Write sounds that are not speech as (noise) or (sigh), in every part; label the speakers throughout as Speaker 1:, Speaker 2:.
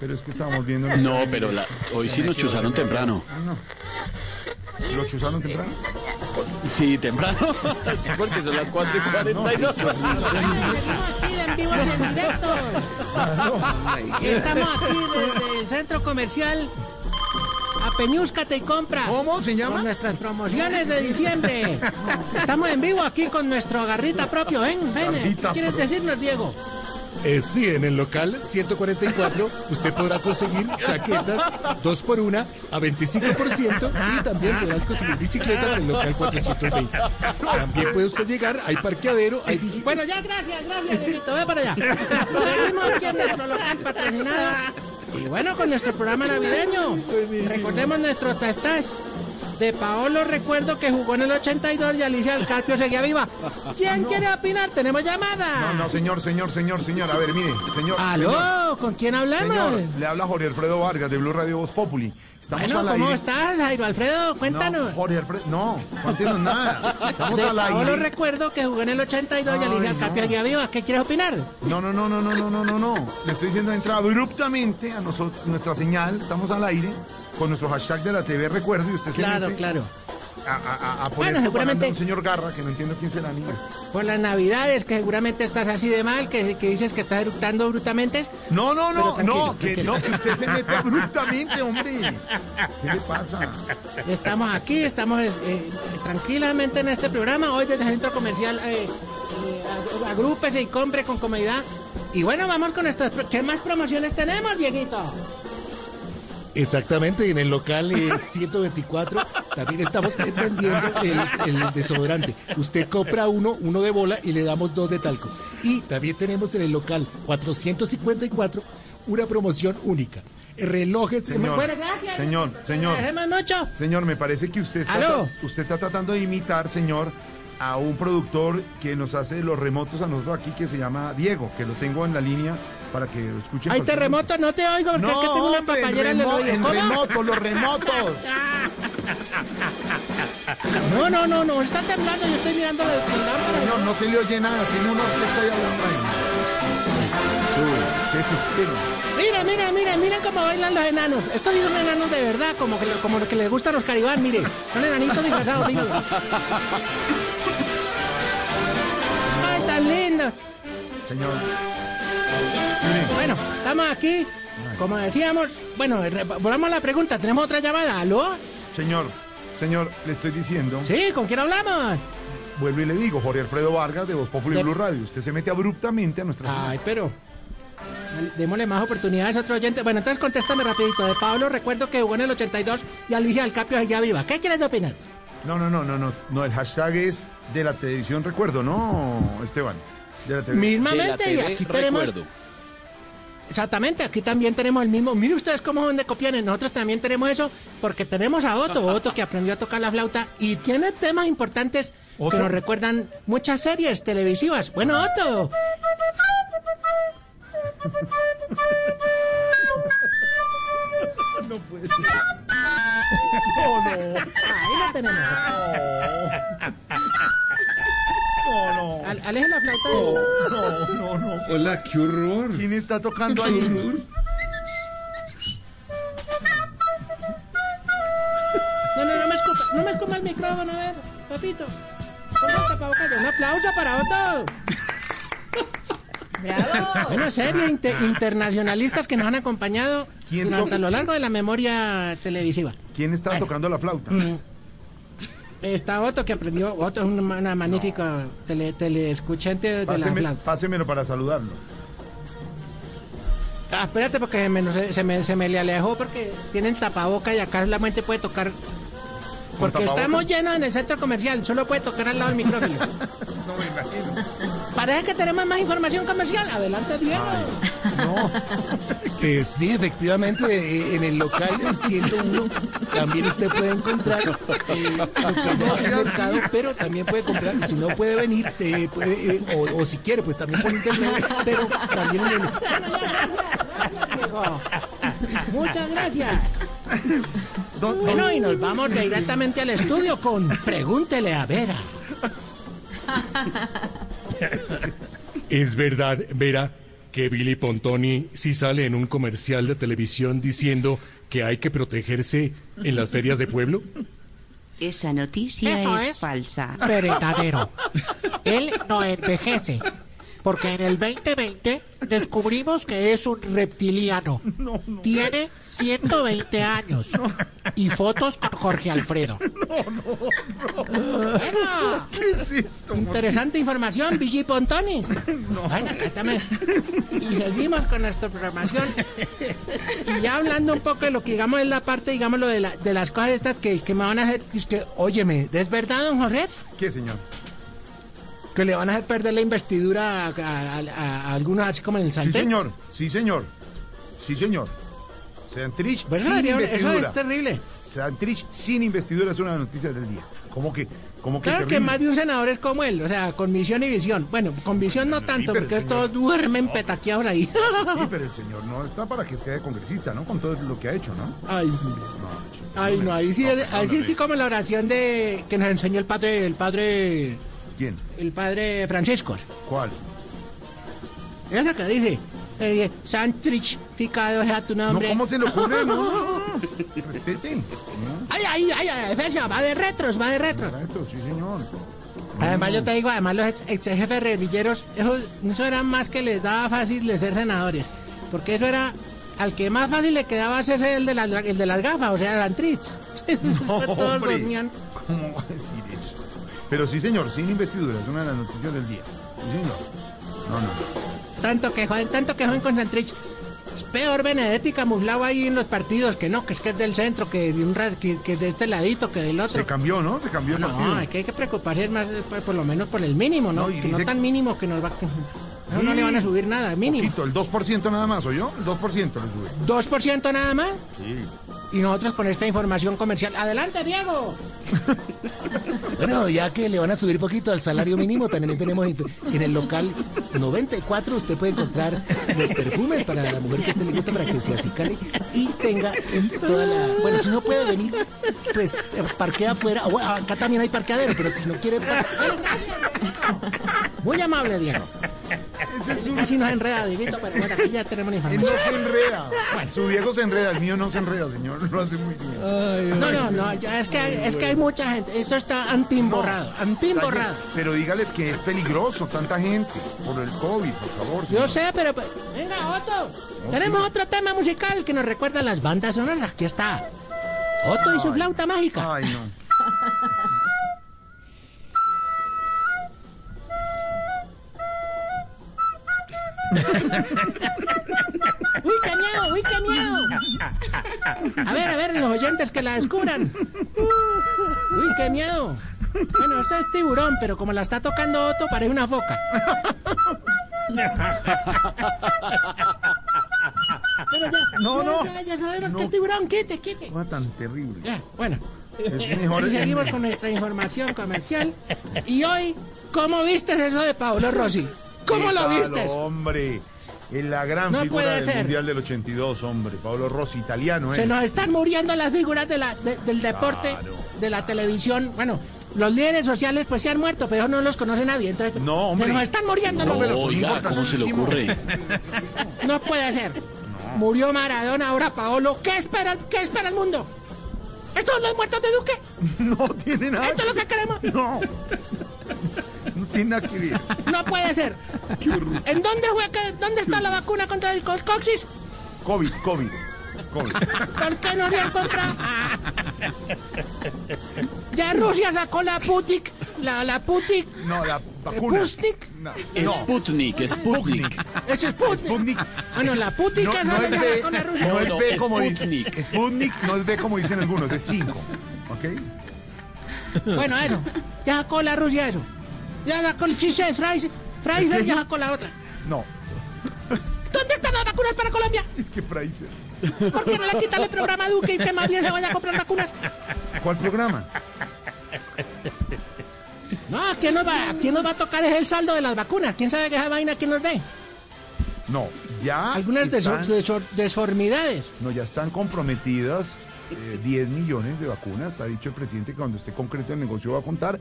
Speaker 1: Pero es que estamos viendo.
Speaker 2: No, pero la- hoy sí nos chuzaron temprano.
Speaker 1: ¿Lo chuzaron temprano?
Speaker 2: Sí, temprano. (laughs) Ah, Sí, porque son las 4 y 49.
Speaker 3: Estamos aquí en vivo y en directo. Estamos aquí desde el centro comercial Apeñúscate y compra.
Speaker 1: ¿Cómo se
Speaker 3: Con
Speaker 1: llama?
Speaker 3: nuestras promociones de diciembre. Estamos en vivo aquí con nuestro agarrita propio. Ven, ven. ¿Qué
Speaker 1: Garrita
Speaker 3: quieres
Speaker 1: propio.
Speaker 3: decirnos, Diego?
Speaker 4: Eh, sí, en el local 144 usted podrá conseguir chaquetas 2x1 a 25% y también podrás conseguir bicicletas en el local 420. También puede usted llegar, hay parqueadero, hay... digi-
Speaker 3: Bueno, ya, gracias, gracias, Dieguito. Ve para allá. Seguimos aquí en nuestro local patrocinado. Y bueno, con nuestro programa navideño. Recordemos nuestro tastas. De Paolo recuerdo que jugó en el 82 y Alicia del Carpio seguía viva. ¿Quién quiere opinar? Tenemos llamada.
Speaker 1: Ah, No, no, señor, señor, señor, señor. A ver, mire, señor. señor,
Speaker 3: Aló, ¿con quién hablamos?
Speaker 1: Señor, le habla Jorge Alfredo Vargas de Blue Radio Voz Populi. Estamos
Speaker 3: Bueno,
Speaker 1: al
Speaker 3: ¿cómo
Speaker 1: aire.
Speaker 3: estás, Jairo Alfredo?
Speaker 1: No,
Speaker 3: Cuéntanos.
Speaker 1: Jorge Alfredo, no, cuéntenos nada. Estamos
Speaker 3: De
Speaker 1: al
Speaker 3: Paolo
Speaker 1: aire.
Speaker 3: recuerdo que jugó en el 82 y
Speaker 1: Ay,
Speaker 3: Alicia del Carpio
Speaker 1: no.
Speaker 3: seguía viva. ¿Qué quieres opinar?
Speaker 1: No, no, no, no, no, no, no, no, no. Le estoy diciendo entra abruptamente a nosotros, nuestra señal. Estamos al aire con nuestro hashtag de la TV Recuerdo y usted se
Speaker 3: Claro,
Speaker 1: mete
Speaker 3: claro.
Speaker 1: A, a, a- a poner
Speaker 3: Bueno,
Speaker 1: propaganda
Speaker 3: seguramente-
Speaker 1: a un señor Garra que no entiendo quién será ni.
Speaker 3: Por las navidades, que seguramente estás así de mal, que, que dices que estás eructando brutamente.
Speaker 1: No, no, no,
Speaker 3: Pero tranquilo,
Speaker 1: no, que
Speaker 3: tranquilo.
Speaker 1: no, que usted se mete abruptamente, hombre. ¿Qué le pasa?
Speaker 3: Estamos aquí, estamos eh, eh, tranquilamente en este programa. Hoy desde el centro comercial, eh, eh, ag- agrúpese y compre con comodidad. Y bueno, vamos con estas. pro- ¿Qué más promociones tenemos, Dieguito?
Speaker 4: Exactamente, en el local eh, 124 también estamos vendiendo el, el desodorante. Usted compra uno, uno de bola y le damos dos de talco. Y también tenemos en el local 454 una promoción única. Relojes...
Speaker 1: Señor,
Speaker 3: Bueno, gracias.
Speaker 1: Señor, señor,
Speaker 3: Agradecemos mucho.
Speaker 1: señor, me parece que usted está,
Speaker 3: Aló.
Speaker 1: usted está tratando de imitar, señor, a un productor que nos hace los remotos a nosotros aquí que se llama Diego, que lo tengo en la línea para que lo escuchen.
Speaker 3: Hay
Speaker 1: cualquier
Speaker 3: terremoto, no te oigo, porque
Speaker 1: momento.
Speaker 3: es que tengo una
Speaker 1: hombre, en
Speaker 3: papallera en el
Speaker 1: remo-
Speaker 3: oído.
Speaker 1: en
Speaker 3: ¿Cómo?
Speaker 1: remotos, los remotos.
Speaker 3: No, no, no, no, está temblando, yo estoy mirando la la lámpara.
Speaker 1: Señor, no se le oye nada, tiene una orquesta ahí hablando ahí. Jesús, qué suspiro.
Speaker 3: Mira, mira, mira, mira cómo bailan los enanos. Estos sí son enanos de verdad, como que, como los que les gusta a los caribán, mire. Son enanitos disfrazados, mire. Ay, tan lindo.
Speaker 1: Señor. Mire,
Speaker 3: Bueno, estamos aquí. Como decíamos, bueno, re- volvamos a la pregunta. Tenemos otra llamada, ¿aló?
Speaker 1: Señor, señor, le estoy diciendo,
Speaker 3: Sí, ¿con quién hablamos?
Speaker 1: vuelvo y le digo, Jorge Alfredo Vargas de Voz Populi
Speaker 3: De-
Speaker 1: Blue Radio, usted se mete abruptamente a nuestra ciudad.
Speaker 3: Ay, pero. Démosle más oportunidades a otro oyente. Bueno, entonces contéstame rapidito. De Pablo, recuerdo que jugó en el 82 y Alicia del Capio seguía viva. ¿Qué quieres de opinar?
Speaker 1: No, no, no, no, no, no, el hashtag es de la televisión recuerdo, ¿no, Esteban? De la televisión.
Speaker 3: Mismamente,
Speaker 2: De
Speaker 3: y
Speaker 2: la
Speaker 3: aquí
Speaker 2: TV
Speaker 3: tenemos.
Speaker 2: recuerdo.
Speaker 3: Exactamente, aquí también tenemos el mismo. Mire ustedes cómo son de copianes. Nosotros también tenemos eso porque tenemos
Speaker 1: (laughs)
Speaker 3: a Otto, Otto que aprendió a tocar la flauta y tiene temas importantes que
Speaker 1: ¿Otto?
Speaker 3: nos recuerdan muchas series televisivas. Bueno,
Speaker 1: (laughs)
Speaker 3: Otto. (laughs) Ahí lo tenemos.
Speaker 1: No, no,
Speaker 3: Al- Aleje la flauta. de-
Speaker 1: no, no, no.
Speaker 5: Hola, qué horror.
Speaker 1: ¿Quién está
Speaker 5: Qué
Speaker 1: tocando ahí?
Speaker 5: horror.
Speaker 3: No, no, no me escupa, no me escuma el micrófono, a ver, papito. Ponga el tapabocas. Un aplauso para Otto.
Speaker 6: ¡Bravo!
Speaker 3: Bueno, serie inte- internacionalistas que nos han acompañado
Speaker 1: ¿Quién
Speaker 3: durante
Speaker 1: son?
Speaker 3: a lo largo de la memoria televisiva.
Speaker 1: ¿Quién está tocando la flauta?
Speaker 3: Mm, Está Otto que aprendió, Otto es una, una magnífica tele, teleescuchante de
Speaker 1: Páseme-
Speaker 3: la flauta.
Speaker 1: pásemelo para saludarlo.
Speaker 3: Ah, espérate porque me- no sé, se, me, se me le alejó porque tienen tapaboca y acá solamente puede tocar... Porque
Speaker 1: tapabocas?
Speaker 3: estamos llenos en el centro comercial, solo puede tocar al lado del micrófono.
Speaker 1: (laughs) No me imagino.
Speaker 3: Parece que tenemos más información comercial. Adelante, Diego.
Speaker 1: No,
Speaker 4: Eh, sí, efectivamente, eh, en el local el 101 también usted puede encontrar eh, lo que ya está mercado, pero también puede comprar, y si no puede venir, eh, puede, eh, o, o si quiere, pues también por internet, pero también en el...
Speaker 1: (laughs)
Speaker 3: Muchas gracias.
Speaker 1: Don- don-
Speaker 3: Bueno, y nos vamos directamente al estudio con Pregúntele a Vera.
Speaker 5: Es verdad, Vera, que Billy Pontoni sí sale en un comercial de televisión diciendo que hay que protegerse en las ferias de pueblo.
Speaker 7: Esa noticia
Speaker 3: Eso
Speaker 7: es,
Speaker 3: es.
Speaker 7: falsa.
Speaker 3: Verdadero. Él no envejece. Porque en el 2020 descubrimos que es un reptiliano. Tiene 120 años. Y fotos con Jorge Alfredo. Bueno,
Speaker 1: (laughs) ¿Qué es esto?
Speaker 3: interesante información, Vigi Pontones. Bueno, acá también. Y seguimos con nuestra programación. Y ya hablando un poco de lo que digamos es la parte, digamos, lo de, la- de las cosas estas que, que me van a hacer. Es que, óyeme, ¿es verdad, don Jorge?
Speaker 1: ¿Qué, señor?
Speaker 3: Que le van a hacer perder la investidura a, a- a- a algunos, así como en el
Speaker 1: Sí,
Speaker 3: Santex.
Speaker 1: señor. Sí, señor. Sí, señor. Santrich
Speaker 3: Bueno,
Speaker 1: sin
Speaker 3: Darío, eso
Speaker 1: investidura.
Speaker 3: es terrible.
Speaker 1: Santrich sin investidura es una de las noticias del día. ¿Cómo que? ¿Cómo que
Speaker 3: Claro que
Speaker 1: terrible?
Speaker 3: más de un senador es como él, o sea, con misión y visión. Bueno, con visión no tanto,
Speaker 1: pero
Speaker 3: porque
Speaker 1: señor-
Speaker 3: todos duermen petaqueados ahí.
Speaker 1: Sí, pero el señor no está para que esté de congresista, ¿no? Con todo lo que ha hecho, ¿no?
Speaker 3: (laughs) Ay, ay, no, ahí sí, ahí sí, sí como la oración de que nos enseñó el padre, el padre,
Speaker 1: ¿Quién?
Speaker 3: el padre Francisco.
Speaker 1: ¿Cuál?
Speaker 3: Esa que dice, eh, santrificado sea tu
Speaker 1: No,
Speaker 3: nombre.
Speaker 1: ¿Cómo se le ocurre? No.
Speaker 3: (laughs)
Speaker 1: Respeten. ¿no?
Speaker 3: Ay, ay, ay, ay, Efesio, va de retros, va de retros.
Speaker 1: Correcto, sí, señor.
Speaker 3: Además, yo te digo, además los ex, ex jefes guerrilleros, eso, eso era más que les daba fácil de ser senadores. Porque eso era al que más fácil le quedaba hacerse el de las, el de las gafas, o sea, el (laughs) Tritz. Todos
Speaker 1: hombre.
Speaker 3: dormían.
Speaker 1: ¿Cómo va a decir eso? Pero sí, señor, sin investidura es una de las noticias del día. Sí, señor. No, no.
Speaker 3: Tanto que joden, tanto que joden con Santrich. Es peor Benedetti Muslao ahí en los partidos, que no, que es que es del centro, que de, un, ra- que, que de este ladito, que del otro.
Speaker 1: Se cambió, ¿no? Se cambió el partido.
Speaker 3: No, es que hay que preocuparse más, eh, por, por lo menos por el mínimo, ¿no?
Speaker 1: No, y
Speaker 3: que no
Speaker 1: dice-
Speaker 3: tan mínimo que nos va a... (laughs) No, no le van a subir nada, mínimo.
Speaker 1: Poquito, el 2% nada más, ¿oyó? El 2% le sube.
Speaker 3: 2% nada más.
Speaker 1: Sí.
Speaker 3: Y nosotros con esta información comercial. ¡Adelante, Diego!
Speaker 4: (laughs) Bueno, ya que le van a subir poquito al salario mínimo, también tenemos en en el local 94, usted puede encontrar los perfumes para la mujer que a usted le gusta para que se acicale y tenga en toda la... Bueno, si no puede venir, pues eh, parquea afuera. Ah, Bueno, acá también hay parqueadero, pero si no quiere...
Speaker 3: Muy amable, Diego. Casi nos enreda, Dieguito, pero bueno, aquí ya tenemos la
Speaker 1: Él no
Speaker 3: información.
Speaker 1: se enreda. Su Diego se enreda, el mío no se enreda, señor. Lo hace muy bien.
Speaker 3: No, no, no, yo- es que hay, es que hay mucha gente. Esto está antimborrado, antimborrado.
Speaker 1: Pero dígales que es peligroso tanta gente por el COVID, por favor.
Speaker 3: Yo
Speaker 1: señor.
Speaker 3: sé, pero... pero- Venga, Otto. Tenemos otro tema musical que nos recuerda a las bandas sonoras. Aquí está. Otto y su flauta mágica.
Speaker 1: Ay, no.
Speaker 3: ¡Uy, qué miedo! ¡Uy, qué miedo! A ver, a ver, los oyentes que la descubran. ¡Uy, qué miedo! Bueno, eso es tiburón, pero como la está tocando Otto, parece
Speaker 1: (laughs)
Speaker 3: una foca. Pero ya,
Speaker 1: No,
Speaker 3: pero
Speaker 1: no.
Speaker 3: Ya, ya sabemos
Speaker 1: No.
Speaker 3: que es tiburón, quite, quite.
Speaker 1: Cosa tan terrible.
Speaker 3: Ya, bueno,
Speaker 1: Es mejor
Speaker 3: (laughs) y
Speaker 1: el-
Speaker 3: seguimos con nuestra información comercial. Y hoy, ¿cómo vistes eso de Paolo Rossi? ¿Cómo lo
Speaker 1: Qué
Speaker 3: vistes?
Speaker 1: tal, hombre. En la gran
Speaker 3: No
Speaker 1: figura
Speaker 3: puede
Speaker 1: del
Speaker 3: ser.
Speaker 1: Mundial del 82, hombre. Pablo Rossi, italiano, ¿eh?
Speaker 3: Se nos están muriendo las figuras de la- de- del deporte,
Speaker 1: Claro.
Speaker 3: de la televisión. Bueno, los líderes sociales pues se han muerto, pero no los conoce nadie. Entonces,
Speaker 1: No, hombre.
Speaker 3: Se nos están muriendo los-
Speaker 1: pero
Speaker 2: No,
Speaker 1: son
Speaker 2: oiga, ¿cómo se le
Speaker 1: importantísimos.
Speaker 2: ocurre?
Speaker 3: No puede ser. Murió Maradona, ahora Paolo. ¿Qué espera, ¿Qué espera el mundo? ¿Estos son los muertos de Duque?
Speaker 1: (laughs) No tiene nada.
Speaker 3: ¿Esto es lo que queremos?
Speaker 1: No. No tiene nada que ver.
Speaker 3: No puede ser. ¿En dónde juega, dónde está la vacuna contra el co- coxis?
Speaker 1: COVID, COVID. COVID.
Speaker 3: ¿Por qué no se han comprado? Ya Rusia sacó la Putik, la, la Putik,
Speaker 1: No, la vacuna.
Speaker 3: Pustik.
Speaker 1: No, no.
Speaker 2: Sputnik, Sputnik.
Speaker 3: Eso es Sputnik.
Speaker 1: Sputnik.
Speaker 3: Bueno, Ah, la Putin
Speaker 1: No,
Speaker 3: que
Speaker 1: no
Speaker 3: sale
Speaker 1: es
Speaker 3: de
Speaker 1: B,
Speaker 3: con la Rusia.
Speaker 1: no es
Speaker 2: No,
Speaker 1: B
Speaker 2: no,
Speaker 1: como
Speaker 2: Sputnik.
Speaker 1: dicen. Sputnik no es B como dicen algunos, es 5. ¿Ok?
Speaker 3: Bueno, eso. Ya sacó la Rusia eso. Ya sacó el ficha de Fraser, Fraser ya sacó la otra.
Speaker 1: No.
Speaker 3: ¿Dónde están las vacunas para Colombia?
Speaker 1: Es que Fraser.
Speaker 3: ¿Por qué no le quitan el programa a Duque y que más bien le vaya a comprar vacunas?
Speaker 1: ¿Cuál programa?
Speaker 3: No, ¿a quién nos va, a quién nos va a tocar es el saldo de las vacunas? ¿Quién sabe que esa vaina quién nos dé?
Speaker 1: No, ya.
Speaker 3: Algunas
Speaker 1: están-
Speaker 3: desor- desor- desformidades.
Speaker 1: No, ya están comprometidas eh, 10 millones de vacunas. Ha dicho el presidente que cuando esté concreto el negocio va a contar.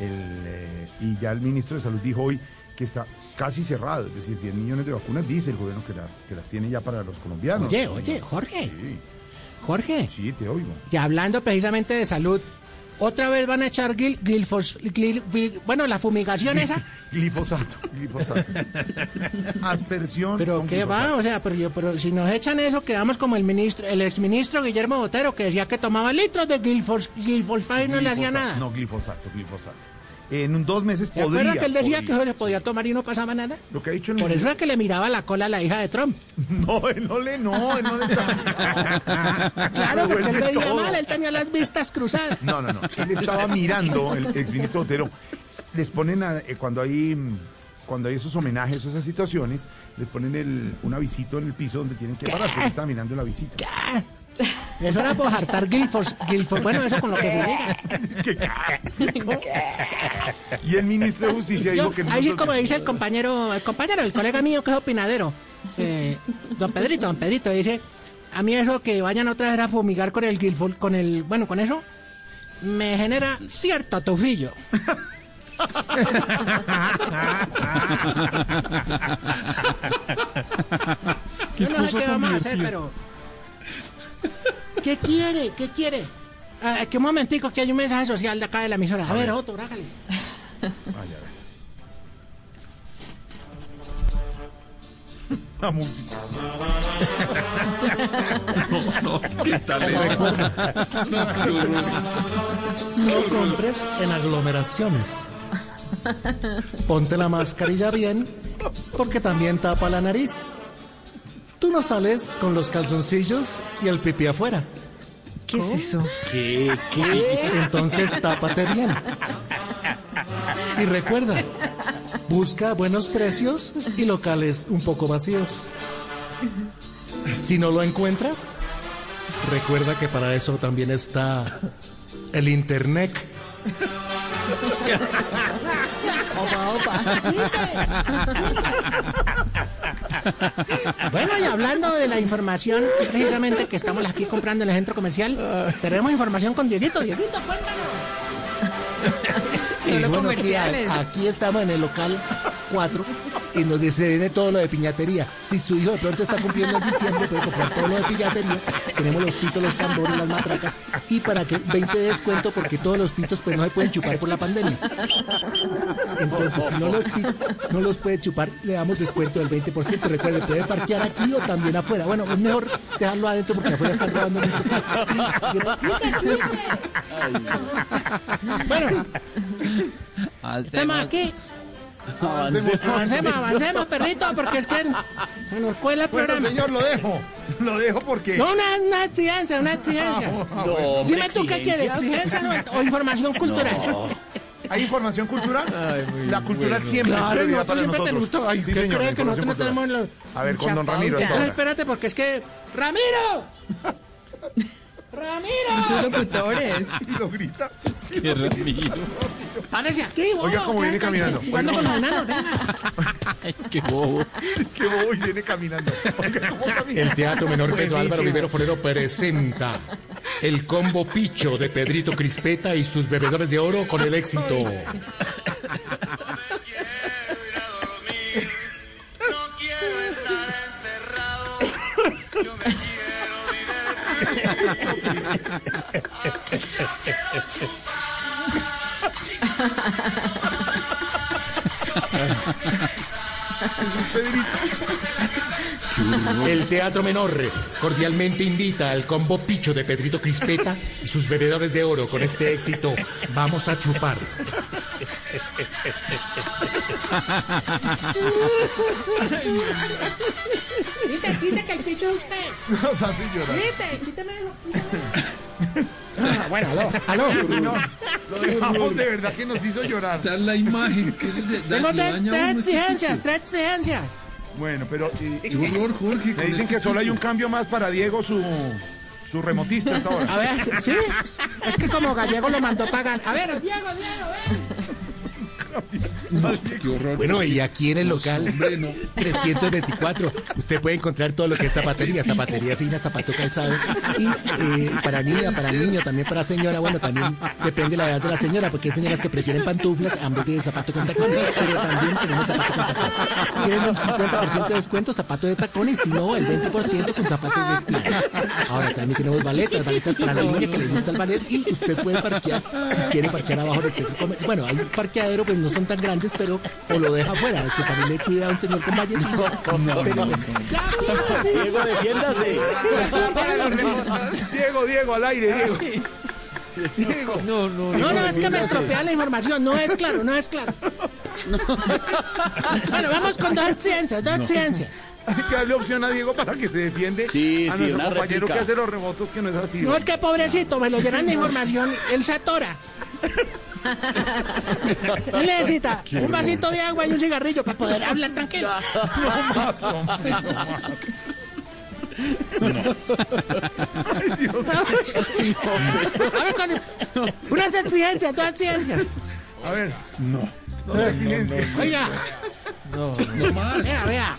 Speaker 1: El, eh, y ya el ministro de Salud dijo hoy que está casi cerrado. Es decir, 10 millones de vacunas, dice el gobierno que las, que las tiene ya para los colombianos.
Speaker 3: Oye, oye, Jorge.
Speaker 1: Sí,
Speaker 3: Jorge,
Speaker 1: sí, te oigo.
Speaker 3: y hablando precisamente de salud, otra vez van a echar gil, glifos- glil- glil- bueno, la
Speaker 1: (laughs)
Speaker 3: fumigación esa.
Speaker 1: Glifosato, glifosato. Aspersión.
Speaker 3: Pero
Speaker 1: con
Speaker 3: qué va,
Speaker 1: glifosato.
Speaker 3: o sea, pero, yo- pero si nos echan eso, quedamos como el ministro, el exministro Guillermo Botero, que decía que tomaba litros de glifos- glifosfat y no le hacía
Speaker 1: Glifosato,
Speaker 3: nada.
Speaker 1: No, glifosato, glifosato. En dos meses
Speaker 3: ¿Te
Speaker 1: podría.
Speaker 3: acuerdas que él decía
Speaker 1: podría.
Speaker 3: que eso se podía tomar y no pasaba nada?
Speaker 1: Lo que ha dicho el
Speaker 3: Por eso es que le miraba la cola a la hija de Trump.
Speaker 1: (laughs) No, él no le, no, él no le
Speaker 3: (laughs)
Speaker 1: está.
Speaker 3: Claro, porque él
Speaker 1: Revuelve
Speaker 3: veía
Speaker 1: todo.
Speaker 3: mal, él tenía las vistas cruzadas.
Speaker 1: No, no, no. Él estaba mirando, el exministro Otero. Les ponen, a- eh, cuando hay mm, cuando hay esos homenajes o esas situaciones, les ponen el, un avisito en el piso donde tienen que pararse. Él estaba mirando el avisito.
Speaker 3: Ah, Eso era por hartar glifos, glifos- bueno, eso con lo que fumiga.
Speaker 1: ¿Qué? Y el ministro de Justicia
Speaker 3: Yo-
Speaker 1: dijo que...
Speaker 3: ahí sí,
Speaker 1: nosotros-
Speaker 3: como dice el compañero, el compañero, el colega mío que es opinadero, eh, don Pedrito, don Pedrito, dice, a mí eso que vayan otra vez a fumigar con el Guilford, con el, bueno, con eso, me genera cierto tufillo. Yo no sé (laughs) qué vamos a hacer, pero... ¿Qué quiere? ¿Qué quiere? Ah, que un momentico, que hay un mensaje social de acá de la emisora. A, ver, Otto, brájale.
Speaker 1: Ay, a ver. La música.
Speaker 4: No compres en aglomeraciones. Ponte la mascarilla bien, porque también tapa la nariz. Tú no sales con los calzoncillos y el pipí afuera.
Speaker 8: ¿Qué es eso?
Speaker 4: Entonces tápate bien. Y recuerda, busca buenos precios y locales un poco vacíos. Si no lo encuentras, recuerda que para eso también está el internet.
Speaker 3: (laughs) Bueno, y hablando de la información, precisamente que estamos aquí comprando en el centro comercial, tenemos información con Dieguito. Dieguito, cuéntanos.
Speaker 4: Solo comerciales. aquí estamos en el local 4 y nos dice, viene todo lo de piñatería. Si su hijo de pronto está cumpliendo en diciembre, puede comprar todo lo de piñatería. Tenemos los pitos, los tambores, las matracas. Y para que 20 de descuento, porque todos los pitos pues no se pueden chupar por la pandemia. Entonces, si no los, pi- no los puede chupar, le damos descuento del 20%. Recuerde, puede parquear aquí o también afuera. Bueno, es mejor dejarlo adentro porque afuera están robando mucho.
Speaker 3: Bueno, estamos aquí. Avancemos, avancemos, perrito, porque es que se nos cuela el
Speaker 1: Bueno,
Speaker 3: programa.
Speaker 1: señor, lo dejo. Lo dejo porque...
Speaker 3: No, una, una exigencia,
Speaker 1: (laughs)
Speaker 3: una exigencia.
Speaker 1: Ah,
Speaker 2: No,
Speaker 3: Dime tú qué quieres, exigencia o, o información cultural.
Speaker 1: ¿Hay información cultural? la cultural siempre es
Speaker 3: Claro,
Speaker 1: prioridad
Speaker 3: nosotros
Speaker 1: para
Speaker 3: siempre te
Speaker 1: nosotros.
Speaker 3: gustó. Ay,
Speaker 1: Sí,
Speaker 3: ¿qué
Speaker 1: señor,
Speaker 3: cree que
Speaker 1: información
Speaker 3: nosotros no
Speaker 1: cultural.
Speaker 3: tenemos los-
Speaker 1: A ver, con
Speaker 6: Mucha
Speaker 1: don Ramiro.
Speaker 6: pauta.
Speaker 1: hasta
Speaker 3: No,
Speaker 1: ahora. (laughs)
Speaker 3: espérate, porque es que. ¡Ramiro! ¡Ramiro!
Speaker 6: locutores.
Speaker 1: Y lo grita.
Speaker 3: ¡Párese aquí, bobo!
Speaker 1: Oiga cómo viene
Speaker 3: Está-
Speaker 1: caminando.
Speaker 3: Jugando
Speaker 1: Oiga
Speaker 3: con los
Speaker 1: (laughs)
Speaker 3: enanos, venga.
Speaker 1: Qué bobo y viene caminando. Oiga, ¿cómo camina?
Speaker 5: El Teatro Menor Pedro Álvaro Rivero Forero presenta el combo picho de Pedrito Crispeta y sus bebedores de oro con el éxito. El Teatro Menor cordialmente invita al combo picho de Pedrito Crispeta y sus bebedores de oro con este éxito. Vamos a chupar.
Speaker 3: Quite, quite que el picho es usted.
Speaker 1: Nos hace llorar.
Speaker 3: Quite, quíteme eso.
Speaker 4: Aló.
Speaker 1: Lo dejamos Ah, de verdad que nos hizo llorar.
Speaker 3: Tengo tres, tres exigencias, tres exigencias.
Speaker 1: Bueno, pero. y-
Speaker 9: Qué horror, Jorge,
Speaker 1: Me
Speaker 9: con
Speaker 1: dicen
Speaker 9: este
Speaker 1: que solo hay
Speaker 9: tipo.
Speaker 1: un cambio más para Diego, su, su remotista hasta
Speaker 3: (laughs)
Speaker 1: ahora.
Speaker 3: A ver, sí. Es que como Gallego lo mandó pagar. A ver, Diego, Diego, ven.
Speaker 9: Qué horror.
Speaker 4: Bueno, y aquí en el
Speaker 9: No,
Speaker 4: local
Speaker 9: hombre, no.
Speaker 4: 324, usted puede encontrar todo lo que es zapatería, zapatería fina, zapato calzado, y eh, para niña, para niño, también para señora, bueno, también depende de la edad de la señora, porque hay señoras que prefieren pantuflas, ambos de zapato con tacón, pero también tenemos zapato con tacón. Tienen un 50% de descuento, zapato de tacón, y si no, el 20% con zapatos de espina. Ahora también tenemos baletas, baletas para la niña que le gusta el ballet, y usted puede parquear, si quiere parquear abajo del centro comercial. Bueno, hay parqueadero, pues no son tan grandes, pero o lo deja afuera, que también le cuida a un señor con ballet. Pero-
Speaker 2: Diego, defiéndase.
Speaker 1: Diego, Diego, al aire, Diego. Diego.
Speaker 9: No, no,
Speaker 3: No, no, es que me estropea la información. No es claro, no es claro. Bueno, vamos con dos ciencias, dos ciencias.
Speaker 1: Hay (laughs) que darle opción a Diego para que se defiende.
Speaker 2: Sí,
Speaker 1: a
Speaker 2: sí,
Speaker 1: nuestro
Speaker 2: una
Speaker 1: compañero
Speaker 2: réplica.
Speaker 1: que hace los remotos que no es así.
Speaker 3: No, es que pobrecito, me lo llenan de información. Él se atora. Él necesita un vasito de agua y un cigarrillo para poder hablar tranquilo.
Speaker 1: No más, hombre, no más. Ay, Dios mío.
Speaker 3: A ver, con unas exigencias, dos ciencias.
Speaker 1: A ver,
Speaker 9: No,
Speaker 1: no, no, silencio.
Speaker 3: Oiga,
Speaker 9: no más.
Speaker 3: vea, vea.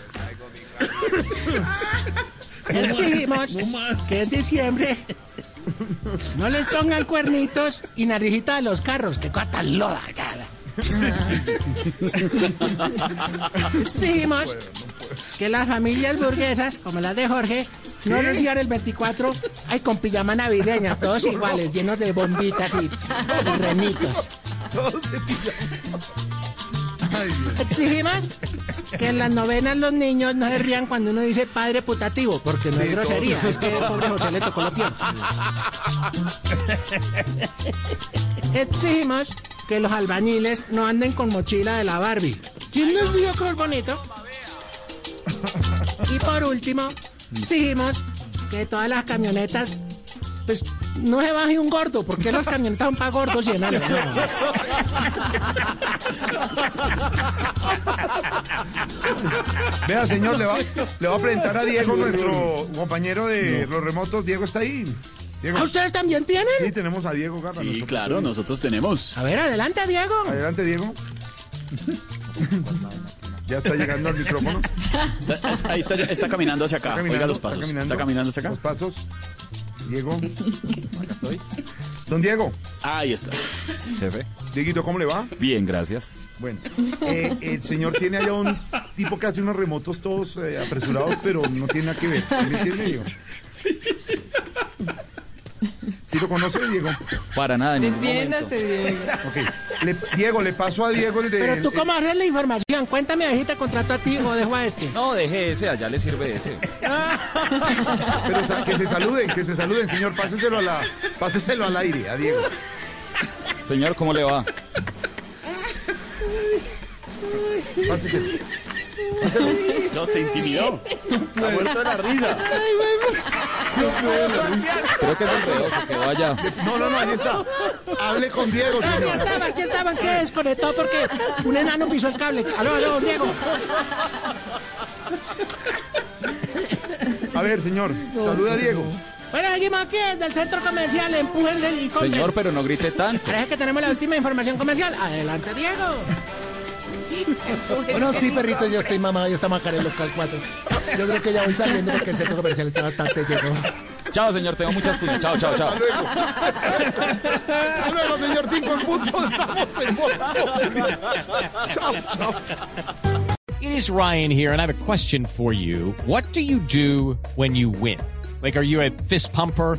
Speaker 3: Exigimos
Speaker 9: No más.
Speaker 3: que en diciembre no les pongan cuernitos y naricita a los carros, que cosa tan loda, cara. Exigimos que las familias burguesas, como las de Jorge, no nos llevan el 24 ay, con pijama navideña, todos iguales, llenos de bombitas y renitos. Exigimos que en las novenas los niños no se rían cuando uno dice padre putativo, porque no es grosería, es que pobre José le tocó la piel. Exigimos que los albañiles no anden con mochila de la Barbie. ¿Quién les dijo que es bonito? Y por último, exigimos que todas las camionetas, pues no se baje un gordo, porque las camionetas son para gordos llenando.
Speaker 1: Vea, señor, le va, le va a presentar a Diego, nuestro compañero de los remotos. Diego está ahí. Diego.
Speaker 3: ¿A ustedes también
Speaker 1: Sí,
Speaker 3: tienen?
Speaker 1: tenemos a Diego Garra.
Speaker 2: Ah. Sí,
Speaker 1: nuestro
Speaker 2: claro,
Speaker 1: compañero.
Speaker 2: nosotros tenemos.
Speaker 3: A ver, adelante, Diego.
Speaker 1: Adelante, Diego. ya está llegando al micrófono.
Speaker 2: Está- está- ahí está, está caminando hacia acá. Ah, Oiga los pasos. Está caminando hacia
Speaker 1: Los
Speaker 2: acá.
Speaker 1: pasos. Diego. Don Diego.
Speaker 2: Ahí está. Jefe.
Speaker 1: Dieguito, ¿cómo le va?
Speaker 2: Bien, gracias.
Speaker 1: Bueno, eh, el señor tiene allá un tipo que hace unos remotos todos eh, apresurados, pero no tiene nada que ver. ¿Me entiende, Diego? ¿Sí lo conoce, Diego?
Speaker 2: Para nada, en ningún momento.
Speaker 1: Ok. Le- Diego, le paso a Diego el de...
Speaker 3: Pero tú, ¿cómo haces la información? Cuéntame, ahí te contrato a ti o dejo a este.
Speaker 10: No, deje ese, allá le sirve ese.
Speaker 1: Pero sa- que se saluden, que se saluden, señor. Páseselo, a la, páseselo al aire, a Diego.
Speaker 10: Señor, ¿cómo le va?
Speaker 1: Páseselo.
Speaker 2: No, se intimidó. Ha muerto de la risa.
Speaker 10: Creo que se quedó, se quedó allá.
Speaker 1: No, no, no, ahí está. Hable con Diego,
Speaker 3: Aquí
Speaker 1: señor.
Speaker 3: estaba, aquí estaba, es que desconectó porque un enano pisó el cable. Aló, aló, Diego.
Speaker 1: A ver, señor, saluda a Diego.
Speaker 3: Bueno, seguimos aquí desde el centro comercial, empújense y compren.
Speaker 10: Señor, pero no grite tanto.
Speaker 3: Parece que tenemos la última información comercial. Adelante, Diego.
Speaker 4: Bueno, sí, perrito, ya estoy mamá, ya está acá en el local 4. Yo creo que ya voy saliendo porque el centro comercial está bastante lleno.
Speaker 10: Chao, señor, tengo muchas cosas. Chao, chao, chao.
Speaker 1: Hasta luego, señor. Cinco en punto. Estamos en Voz Populi. Chao, chao.
Speaker 11: It is Ryan here, and I have a question for you. What do you do when you win? Like, are you a fist pumper?